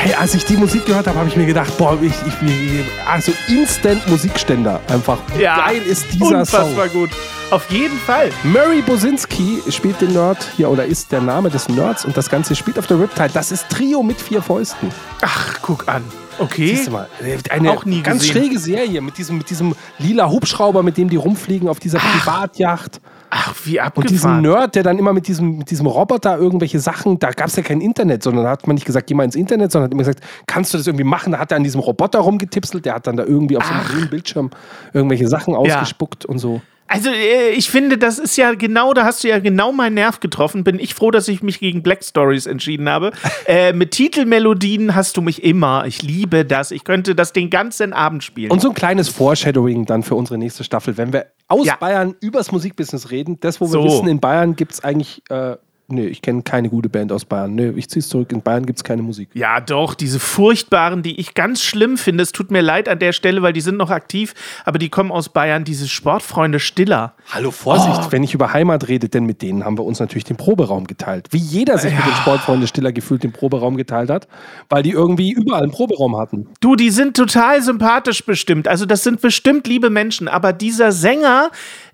Speaker 1: Ey, als ich die Musik gehört habe, habe ich mir gedacht, boah, ich, ich bin also instant Musikständer einfach. Wie geil ist dieser Song?
Speaker 2: Unfassbar gut. Auf jeden Fall.
Speaker 1: Murray Bosinski spielt den Nerd hier oder ist der Name des Nerds und das Ganze spielt auf der Riptide. Das ist Trio mit vier Fäusten.
Speaker 2: Ach, guck an. Okay.
Speaker 1: Siehst du mal, eine
Speaker 2: Eh Auch nie
Speaker 1: ganz
Speaker 2: gesehen.
Speaker 1: schräge Serie mit diesem, mit diesem lila Hubschrauber, mit dem die rumfliegen auf dieser
Speaker 2: Ah.
Speaker 1: Privatjacht.
Speaker 2: Ach, wie
Speaker 1: Und diesem
Speaker 2: abgefahren.
Speaker 1: Nerd, der dann immer mit diesem, mit diesem Roboter irgendwelche Sachen, da gab es ja kein Internet, sondern da hat man nicht gesagt, geh mal ins Internet, sondern hat immer gesagt, kannst du das irgendwie machen? Da hat er an diesem Roboter rumgetipselt, der hat dann da irgendwie auf so einem grünen Bildschirm irgendwelche Sachen ausgespuckt und so.
Speaker 2: Also, äh, ich finde, das ist ja genau, da hast du ja genau meinen Nerv getroffen. Bin ich froh, dass ich mich gegen Black Stories entschieden habe. äh, mit Titelmelodien hast du mich immer. Ich liebe das. Ich könnte das den ganzen Abend spielen.
Speaker 1: Und so ein kleines Foreshadowing dann für unsere nächste Staffel, wenn wir aus
Speaker 2: Ja.
Speaker 1: Bayern übers Musikbusiness reden. Das, wo wir
Speaker 2: So.
Speaker 1: wissen, in Bayern gibt es eigentlich äh, nee, ich kenne keine gute Band aus Bayern. Nee, ich zieh's zurück. In Bayern gibt's keine Musik.
Speaker 2: Ja, doch, diese furchtbaren, die ich ganz schlimm finde. Es tut mir leid an der Stelle, weil die sind noch aktiv, aber die kommen aus Bayern, diese Sportfreunde Stiller.
Speaker 5: Hallo, Vorsicht.
Speaker 2: Ah.
Speaker 1: Wenn ich über Heimat rede, denn mit denen haben wir uns natürlich den Proberaum geteilt. Wie jeder sich mit den Sportfreunde Stiller gefühlt den Proberaum geteilt hat, weil die irgendwie überall einen Proberaum hatten.
Speaker 2: Du, die sind total sympathisch bestimmt. Also, das sind bestimmt liebe Menschen, aber dieser Sänger.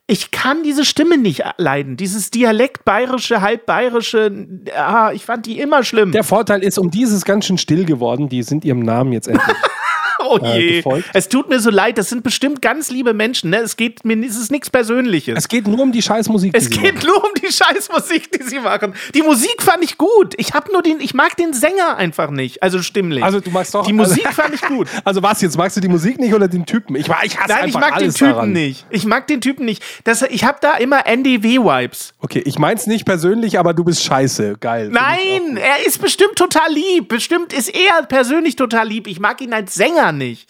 Speaker 2: Ich kann diese Stimme nicht leiden. Dieses Dialekt bayerische, halb bayerische, ah, ich fand die immer schlimm.
Speaker 1: Der Vorteil ist, um die ist es ganz schön still geworden. Die sind ihrem Namen jetzt endlich.
Speaker 2: oh je.
Speaker 1: gefolgt.
Speaker 2: es tut mir so leid, das sind bestimmt ganz liebe Menschen. Ne? Es geht mir, es ist nichts Persönliches.
Speaker 1: es geht nur um die Scheißmusik. die
Speaker 2: Es
Speaker 1: sie
Speaker 2: geht nur um die Scheißmusik, die sie machen. Die Musik fand ich gut. Ich habe nur den, ich mag den Sänger einfach nicht. Also stimmlich.
Speaker 1: Also du magst doch-
Speaker 2: die Musik
Speaker 1: also-
Speaker 2: fand ich gut.
Speaker 1: Also was jetzt? Magst du die Musik nicht oder den Typen? Ich, war- ich hasse
Speaker 2: Nein, ich
Speaker 1: einfach
Speaker 2: mag den
Speaker 1: alles
Speaker 2: Typen
Speaker 1: daran.
Speaker 2: nicht. Ich mag den Typen nicht. Das, ich habe da immer NDW-Vibes.
Speaker 1: Okay, ich mein's nicht persönlich, aber du bist scheiße. Geil.
Speaker 2: Nein, er ist bestimmt total lieb. Bestimmt ist er persönlich total lieb. Ich mag ihn als Sänger nicht.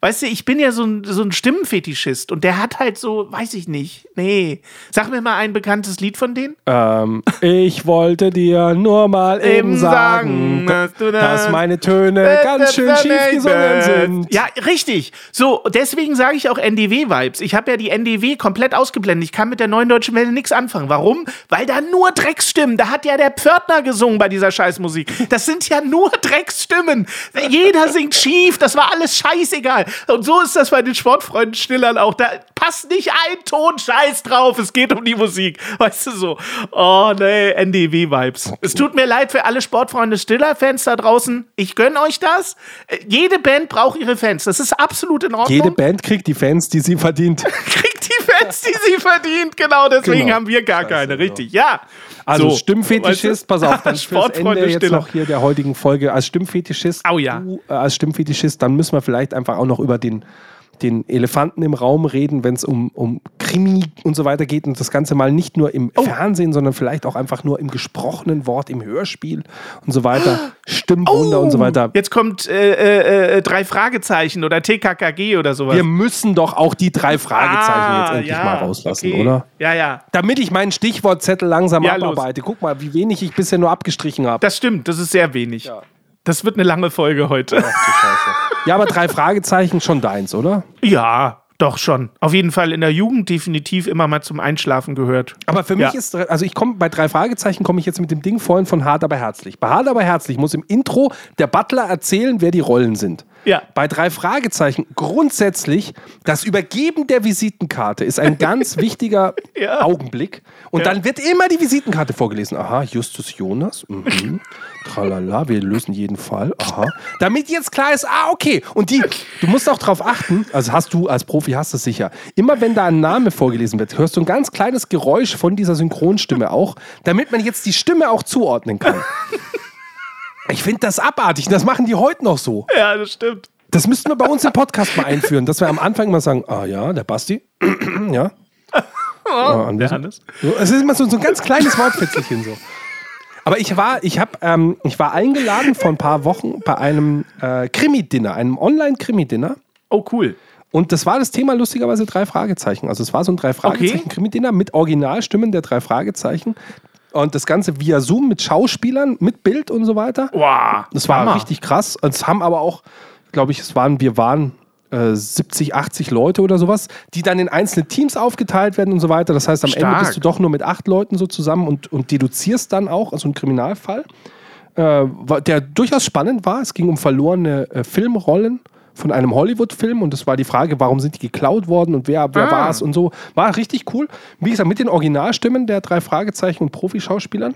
Speaker 2: Weißt du, ich bin ja so ein, so ein Stimmenfetischist und der hat halt so, weiß ich nicht. Nee. Sag mir mal ein bekanntes Lied von denen.
Speaker 1: Ähm, ich wollte dir nur mal eben Ähm, sagen,
Speaker 2: dass du das-
Speaker 1: dass meine Töne
Speaker 2: Äh,
Speaker 1: Äh, ganz schön schief gesungen sind.
Speaker 2: Ja, richtig. So, deswegen sage ich auch NDW-Vibes. Ich habe ja die NDW komplett ausgeblendet. Ich kann mit der neuen deutschen Welle nichts anfangen. Warum? Weil da nur Drecksstimmen. Da hat ja der Pförtner gesungen bei dieser Scheißmusik. Das sind ja nur Drecksstimmen. Jeder singt schief. Das war alles scheißegal. Und so ist das bei den Sportfreunden Stillern auch. Da passt nicht ein Ton Scheiß drauf. Es geht um die Musik. Weißt du so? Oh, nee, NDW-Vibes. Es tut mir leid für alle Sportfreunde Stiller-Fans da draußen. Ich gönne euch das. Äh, Jede Band braucht ihre Fans. Das ist absolut in Ordnung.
Speaker 1: Jede Band kriegt die Fans, die sie verdient.
Speaker 2: kriegt die Fans, die sie verdient. Genau, deswegen
Speaker 1: Genau.
Speaker 2: haben wir gar keine. Richtig, ja.
Speaker 1: Also
Speaker 2: So.
Speaker 1: Stimmfetischist, pass auf, dann fürs
Speaker 2: Sportfreunde
Speaker 1: Ende jetzt
Speaker 2: Stiller.
Speaker 1: noch hier der heutigen Folge als Stimmfetischist.
Speaker 2: Au ja.
Speaker 1: Du, äh, als Stimmfetischist, dann müssen wir vielleicht einfach auch noch über den, den Elefanten im Raum reden, wenn es um, um Krimi und so weiter geht und das Ganze mal nicht nur im
Speaker 2: Oh.
Speaker 1: Fernsehen, sondern vielleicht auch einfach nur im gesprochenen Wort, im Hörspiel und so weiter. Stimmwunder
Speaker 2: Oh.
Speaker 1: und so weiter.
Speaker 2: Jetzt kommt äh, äh, äh, drei Fragezeichen oder TKKG oder sowas.
Speaker 1: Wir müssen doch auch die drei Fragezeichen jetzt endlich
Speaker 2: Ah, ja,
Speaker 1: mal rauslassen,
Speaker 2: okay.
Speaker 1: oder?
Speaker 2: Ja, ja.
Speaker 1: Damit ich meinen Stichwortzettel langsam
Speaker 2: Ja, los.
Speaker 1: abarbeite. Guck mal, wie wenig ich bisher nur abgestrichen habe.
Speaker 2: Das stimmt, das ist sehr wenig. Das wird eine lange Folge heute.
Speaker 1: Ja, aber drei Fragezeichen schon deins, oder?
Speaker 2: Ja, doch schon. Auf jeden Fall in der Jugend definitiv immer mal zum Einschlafen gehört.
Speaker 1: Aber für
Speaker 2: Ja.
Speaker 1: mich ist, also ich komme bei drei Fragezeichen komme ich jetzt mit dem Ding vorhin von hart aber herzlich. Bei hart aber herzlich muss im Intro der Butler erzählen, wer die Rollen sind.
Speaker 2: Ja.
Speaker 1: Bei drei Fragezeichen grundsätzlich das Übergeben der Visitenkarte ist ein ganz wichtiger
Speaker 2: Ja.
Speaker 1: Augenblick und dann wird immer die Visitenkarte vorgelesen. Aha, Justus Jonas. Mhm. Tralala, wir lösen jeden Fall. Aha. Damit jetzt klar ist, ah, okay. Und die, du musst auch drauf achten, also hast du als Profi hast es sicher. Immer wenn da ein Name vorgelesen wird, hörst du ein ganz kleines Geräusch von dieser Synchronstimme auch, damit man jetzt die Stimme auch zuordnen kann. Ich finde das abartig und das machen die heute noch so.
Speaker 2: Ja, das stimmt.
Speaker 1: Das müssten wir bei uns im Podcast mal einführen, dass wir am Anfang mal sagen, ah ja, der Basti, ja. Ah,
Speaker 2: Der Hannes.
Speaker 1: so, es ist immer so, so ein ganz kleines Wortwitzelchen so. Aber ich war, ich hab, ähm, ich war eingeladen vor ein paar Wochen bei einem äh, Krimi-Dinner, einem Online-Krimi-Dinner.
Speaker 2: Oh, cool.
Speaker 1: Und das war das Thema lustigerweise drei Fragezeichen. Also es war so ein drei Fragezeichen Krimi-Dinner mit Originalstimmen der drei Fragezeichen und das Ganze via Zoom mit Schauspielern, mit Bild und so weiter.
Speaker 2: Wow.
Speaker 1: Das war
Speaker 2: Hammer.
Speaker 1: richtig krass. Und Es haben aber auch, glaube ich, es waren, wir waren äh, 70, 80 Leute oder sowas, die dann in einzelne Teams aufgeteilt werden und so weiter. Das heißt, am Ende
Speaker 2: Stark.
Speaker 1: bist du doch nur mit acht Leuten so zusammen und, und deduzierst dann auch, also ein Kriminalfall, äh, wa- der durchaus spannend war. Es ging um verlorene äh, Filmrollen von einem Hollywood-Film und es war die Frage, warum sind die geklaut worden und wer, wer war es und so. War richtig cool. Wie gesagt, mit den Originalstimmen der drei Fragezeichen und Profischauspielern.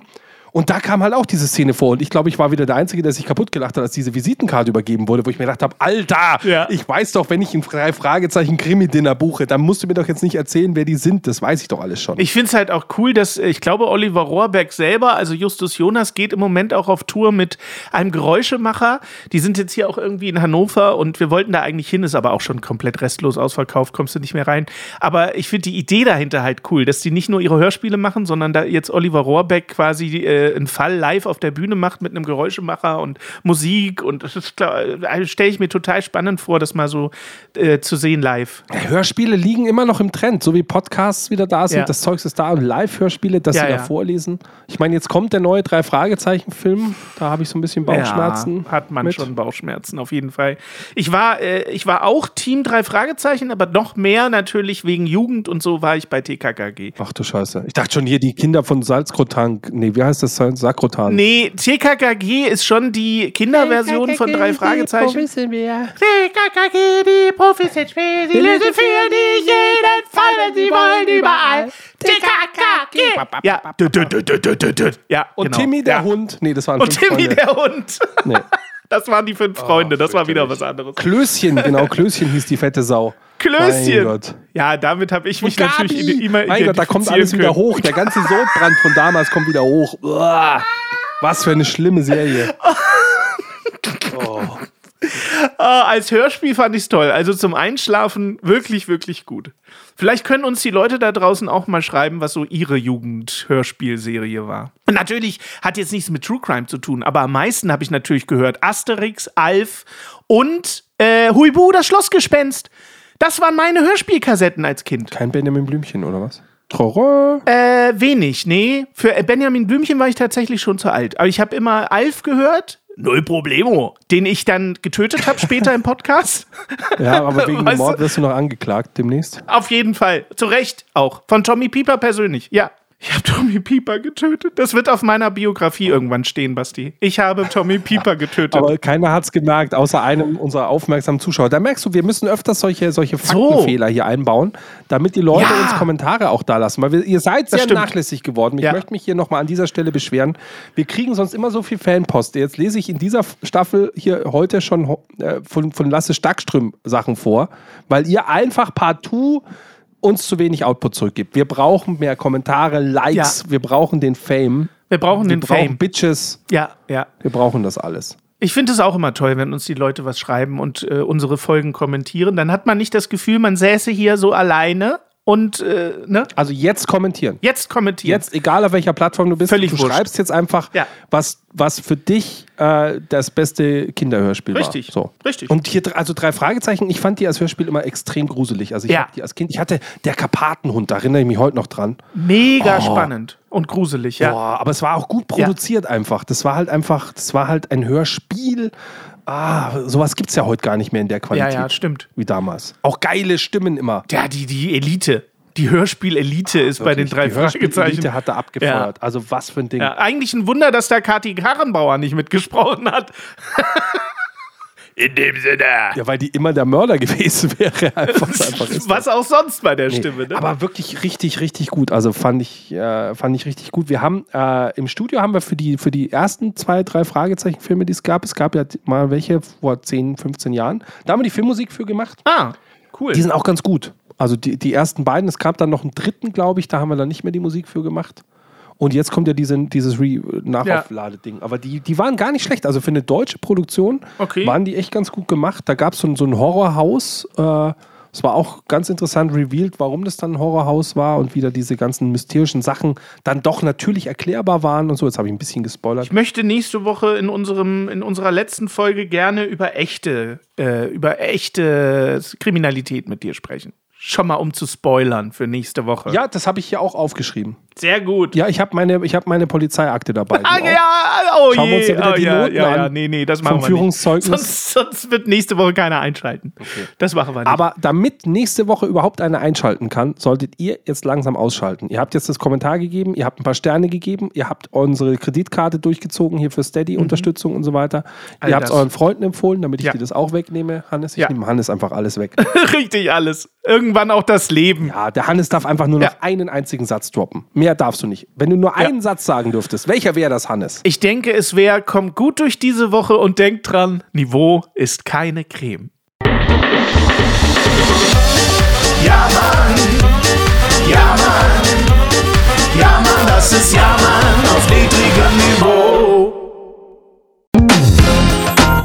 Speaker 1: Und da kam halt auch diese Szene vor. Und ich glaube, ich war wieder der Einzige, der sich kaputt gelacht hat, als diese Visitenkarte übergeben wurde, wo ich mir gedacht habe, Alter,
Speaker 2: Ja.
Speaker 1: ich weiß doch, wenn ich ein drei Fragezeichen Krimi-Dinner buche, dann musst du mir doch jetzt nicht erzählen, wer die sind. Das weiß ich doch alles schon.
Speaker 2: Ich finde es halt auch cool, dass äh, ich glaube, Oliver Rohrbeck selber, also Justus Jonas, geht im Moment auch auf Tour mit einem Geräuschemacher. Die sind jetzt hier auch irgendwie in Hannover und wir wollten da eigentlich hin, ist aber auch schon komplett restlos ausverkauft, kommst du nicht mehr rein. Aber ich finde die Idee dahinter halt cool, dass die nicht nur ihre Hörspiele machen, sondern da jetzt Oliver Rohrbeck quasi äh, äh, einen Fall live auf der Bühne macht mit einem Geräuschemacher und Musik und das ist klar- äh, stelle ich mir total spannend vor, das mal so äh, zu sehen live.
Speaker 1: Hörspiele liegen immer noch im Trend, so wie Podcasts wieder da sind,
Speaker 2: Ja.
Speaker 1: das Zeugs ist da und Live-Hörspiele, dass
Speaker 2: Ja,
Speaker 1: sie da
Speaker 2: ja.
Speaker 1: vorlesen. Ich meine, jetzt kommt der neue Drei-Fragezeichen-Film, da habe ich so ein bisschen Bauchschmerzen.
Speaker 2: Ja, hat man
Speaker 1: mit.
Speaker 2: schon Bauchschmerzen auf jeden Fall. Ich war, äh, ich war auch Team drei Fragezeichen, aber noch mehr natürlich wegen Jugend und so war ich bei TKKG.
Speaker 1: Ach du Scheiße. Ich dachte schon hier die Kinder von Salzkrotan. Nee, wie heißt das? Sal- Sakrotan.
Speaker 2: Nee, TKKG ist schon die Kinderversion von drei Fragezeichen. TKKG, die Profis sind spät, die lösen für dich jeden Fall, wenn sie wollen, überall. TKKG. Ja, dü, dü, dü, dü, dü, dü, dü. ja
Speaker 1: Und
Speaker 2: genau.
Speaker 1: Timmy der
Speaker 2: ja.
Speaker 1: Hund. Nee, das waren
Speaker 2: Und
Speaker 1: fünf
Speaker 2: Timmy
Speaker 1: Freunde.
Speaker 2: der Hund.
Speaker 1: Nee.
Speaker 2: Das waren die fünf Freunde, das war wieder was anderes.
Speaker 1: Klößchen, genau, Klößchen hieß die fette Sau.
Speaker 2: Klößchen.
Speaker 1: Mein Gott.
Speaker 2: Ja, damit habe ich mich natürlich in- immer
Speaker 1: Mein Gott, da kommt alles
Speaker 2: identifizieren
Speaker 1: wieder
Speaker 2: können.
Speaker 1: hoch. Der ganze Sodbrand von damals kommt wieder hoch. Uah. Was für eine schlimme Serie.
Speaker 2: Ah, als Hörspiel fand ich es toll. Also zum Einschlafen wirklich, wirklich gut. Vielleicht können uns die Leute da draußen auch mal schreiben, was so ihre Jugend-Hörspielserie war. Und natürlich hat jetzt nichts mit True Crime zu tun, aber am meisten habe ich natürlich gehört Asterix, Alf und äh, Huibu, das Schlossgespenst. Das waren meine Hörspielkassetten als Kind.
Speaker 1: Kein Benjamin Blümchen, oder was? Trorö.
Speaker 2: Äh, wenig, nee. Für Benjamin Blümchen war ich tatsächlich schon zu alt. Aber ich habe immer Alf gehört. Null Problemo. Den ich dann getötet habe später im Podcast.
Speaker 1: Ja, aber wegen dem
Speaker 2: Weißt du-
Speaker 1: Mord wirst du noch angeklagt demnächst.
Speaker 2: Auf jeden Fall. Zu Recht auch. Von Tommy Pieper persönlich. Ja. Ich habe Tommy Pieper getötet. Das wird auf meiner Biografie irgendwann stehen, Basti. Ich habe Tommy Pieper getötet.
Speaker 1: Aber keiner hat's gemerkt, außer einem unserer aufmerksamen Zuschauer. Da merkst du, wir müssen öfters solche, solche Faktenfehler hier einbauen, damit die Leute
Speaker 2: Ja.
Speaker 1: uns Kommentare auch da lassen. Weil wir, ihr seid sehr
Speaker 2: stimmt.
Speaker 1: nachlässig geworden. Ich
Speaker 2: Ja.
Speaker 1: möchte mich hier nochmal an dieser Stelle beschweren. Wir kriegen sonst immer so viel Fanpost. Jetzt lese ich in dieser Staffel hier heute schon äh, von, von Lasse Stackström Sachen vor, weil ihr einfach partout uns zu wenig Output zurückgibt. Wir brauchen mehr Kommentare, Likes, wir brauchen den Fame,
Speaker 2: wir brauchen
Speaker 1: wir
Speaker 2: den
Speaker 1: brauchen
Speaker 2: Fame.
Speaker 1: Bitches,
Speaker 2: Ja, ja.
Speaker 1: wir brauchen das alles.
Speaker 2: Ich finde es auch immer toll, wenn uns die Leute was schreiben und äh, unsere Folgen kommentieren. Dann hat man nicht das Gefühl, man säße hier so alleine und äh, ne?
Speaker 1: Also jetzt kommentieren.
Speaker 2: jetzt kommentieren.
Speaker 1: jetzt, egal auf welcher Plattform du bist,
Speaker 2: Völlig
Speaker 1: du
Speaker 2: wurscht.
Speaker 1: schreibst jetzt einfach,
Speaker 2: Ja.
Speaker 1: was, was für dich äh, das beste Kinderhörspiel
Speaker 2: Richtig,
Speaker 1: war. So.
Speaker 2: richtig.
Speaker 1: Und hier, dr- also drei Fragezeichen, ich fand die als Hörspiel immer extrem gruselig. Also ich
Speaker 2: Ja.
Speaker 1: hab die als Kind, ich hatte der Karpatenhund, da erinnere ich mich heute noch dran.
Speaker 2: Mega spannend und gruselig, ja.
Speaker 1: Oh. Boah, aber es war auch gut produziert einfach. Das war halt einfach, das war halt ein Hörspiel. Ah, sowas gibt es ja heute gar nicht mehr in der
Speaker 2: Ja,
Speaker 1: Qualität.
Speaker 2: ja, stimmt.
Speaker 1: Wie damals. Auch geile Stimmen immer.
Speaker 2: Ja, die, die Elite. Die Hörspiel-Elite ist bei den drei
Speaker 1: Die Hörspielelite
Speaker 2: Fragezeichen.
Speaker 1: hat da abgefeuert. Also was für ein Ding.
Speaker 2: Ja, eigentlich ein Wunder, dass da Kathi Karrenbauer nicht mitgesprochen hat. In dem Sinne.
Speaker 1: Ja, weil die immer der Mörder gewesen wäre. Einfach, einfach ist
Speaker 2: Was auch sonst bei der Stimme, ne?
Speaker 1: Aber wirklich richtig, richtig gut. Also fand ich, äh, fand ich richtig gut. Wir haben äh, im Studio haben wir für die, für die ersten zwei, drei Fragezeichen-Filme, die es gab, es gab ja mal welche vor 10, 15 Jahren, da haben wir die Filmmusik für gemacht.
Speaker 2: ah, cool.
Speaker 1: Die sind auch ganz gut. Also die, die ersten beiden, es gab dann noch einen dritten, glaube ich, da haben wir dann nicht mehr die Musik für gemacht. Und jetzt kommt ja diese, dieses Re Nachaufladeding. Aber die, die waren gar nicht schlecht. Also für eine deutsche Produktion
Speaker 2: Okay.
Speaker 1: waren die echt ganz gut gemacht. Da gab so es so ein Horrorhaus. Äh, es war auch ganz interessant revealed, warum das dann ein Horrorhaus war und wieder diese ganzen mysterischen Sachen dann doch natürlich erklärbar waren und so. Jetzt habe ich ein bisschen gespoilert.
Speaker 2: Ich möchte nächste Woche in, unserem, in unserer letzten Folge gerne über echte, äh, über echte Kriminalität mit dir sprechen. Schon mal um zu spoilern für nächste Woche.
Speaker 1: Ja, das habe ich hier auch aufgeschrieben.
Speaker 2: Sehr gut.
Speaker 1: Ja, ich habe meine, ich habe meine Polizeiakte dabei.
Speaker 2: Ah,
Speaker 1: Die auch-
Speaker 2: ja, oh
Speaker 1: Schauen
Speaker 2: je.
Speaker 1: wir uns ja wieder
Speaker 2: oh,
Speaker 1: die
Speaker 2: ja,
Speaker 1: Noten
Speaker 2: ja, ja,
Speaker 1: an.
Speaker 2: nee, nee, das
Speaker 1: Vom
Speaker 2: machen wir
Speaker 1: Führungszeugnis.
Speaker 2: nicht. Sonst, sonst wird nächste Woche keiner einschalten. Das machen wir nicht.
Speaker 1: Aber damit nächste Woche überhaupt einer einschalten kann, solltet ihr jetzt langsam ausschalten. Ihr habt jetzt das Kommentar gegeben, ihr habt ein paar Sterne gegeben, ihr habt unsere Kreditkarte durchgezogen hier für Steady-Unterstützung und so weiter.
Speaker 2: All
Speaker 1: ihr habt es
Speaker 2: das.
Speaker 1: euren Freunden empfohlen, damit ich
Speaker 2: Ja.
Speaker 1: dir das auch wegnehme, Hannes. Ich
Speaker 2: Ja.
Speaker 1: nehme Hannes einfach alles weg.
Speaker 2: Richtig alles. Irgendwann auch das Leben.
Speaker 1: ja, der Hannes darf einfach nur noch
Speaker 2: Ja.
Speaker 1: einen einzigen Satz droppen. Mehr darfst du nicht. Wenn du nur einen Satz sagen dürftest, welcher wäre das, Hannes?
Speaker 2: Ich denke, es wäre, kommt gut durch diese Woche und denkt dran, Niveau ist keine Creme.
Speaker 6: Ja Mann, ja Mann, ja Mann, das ist ja Mann auf niedrigem Niveau.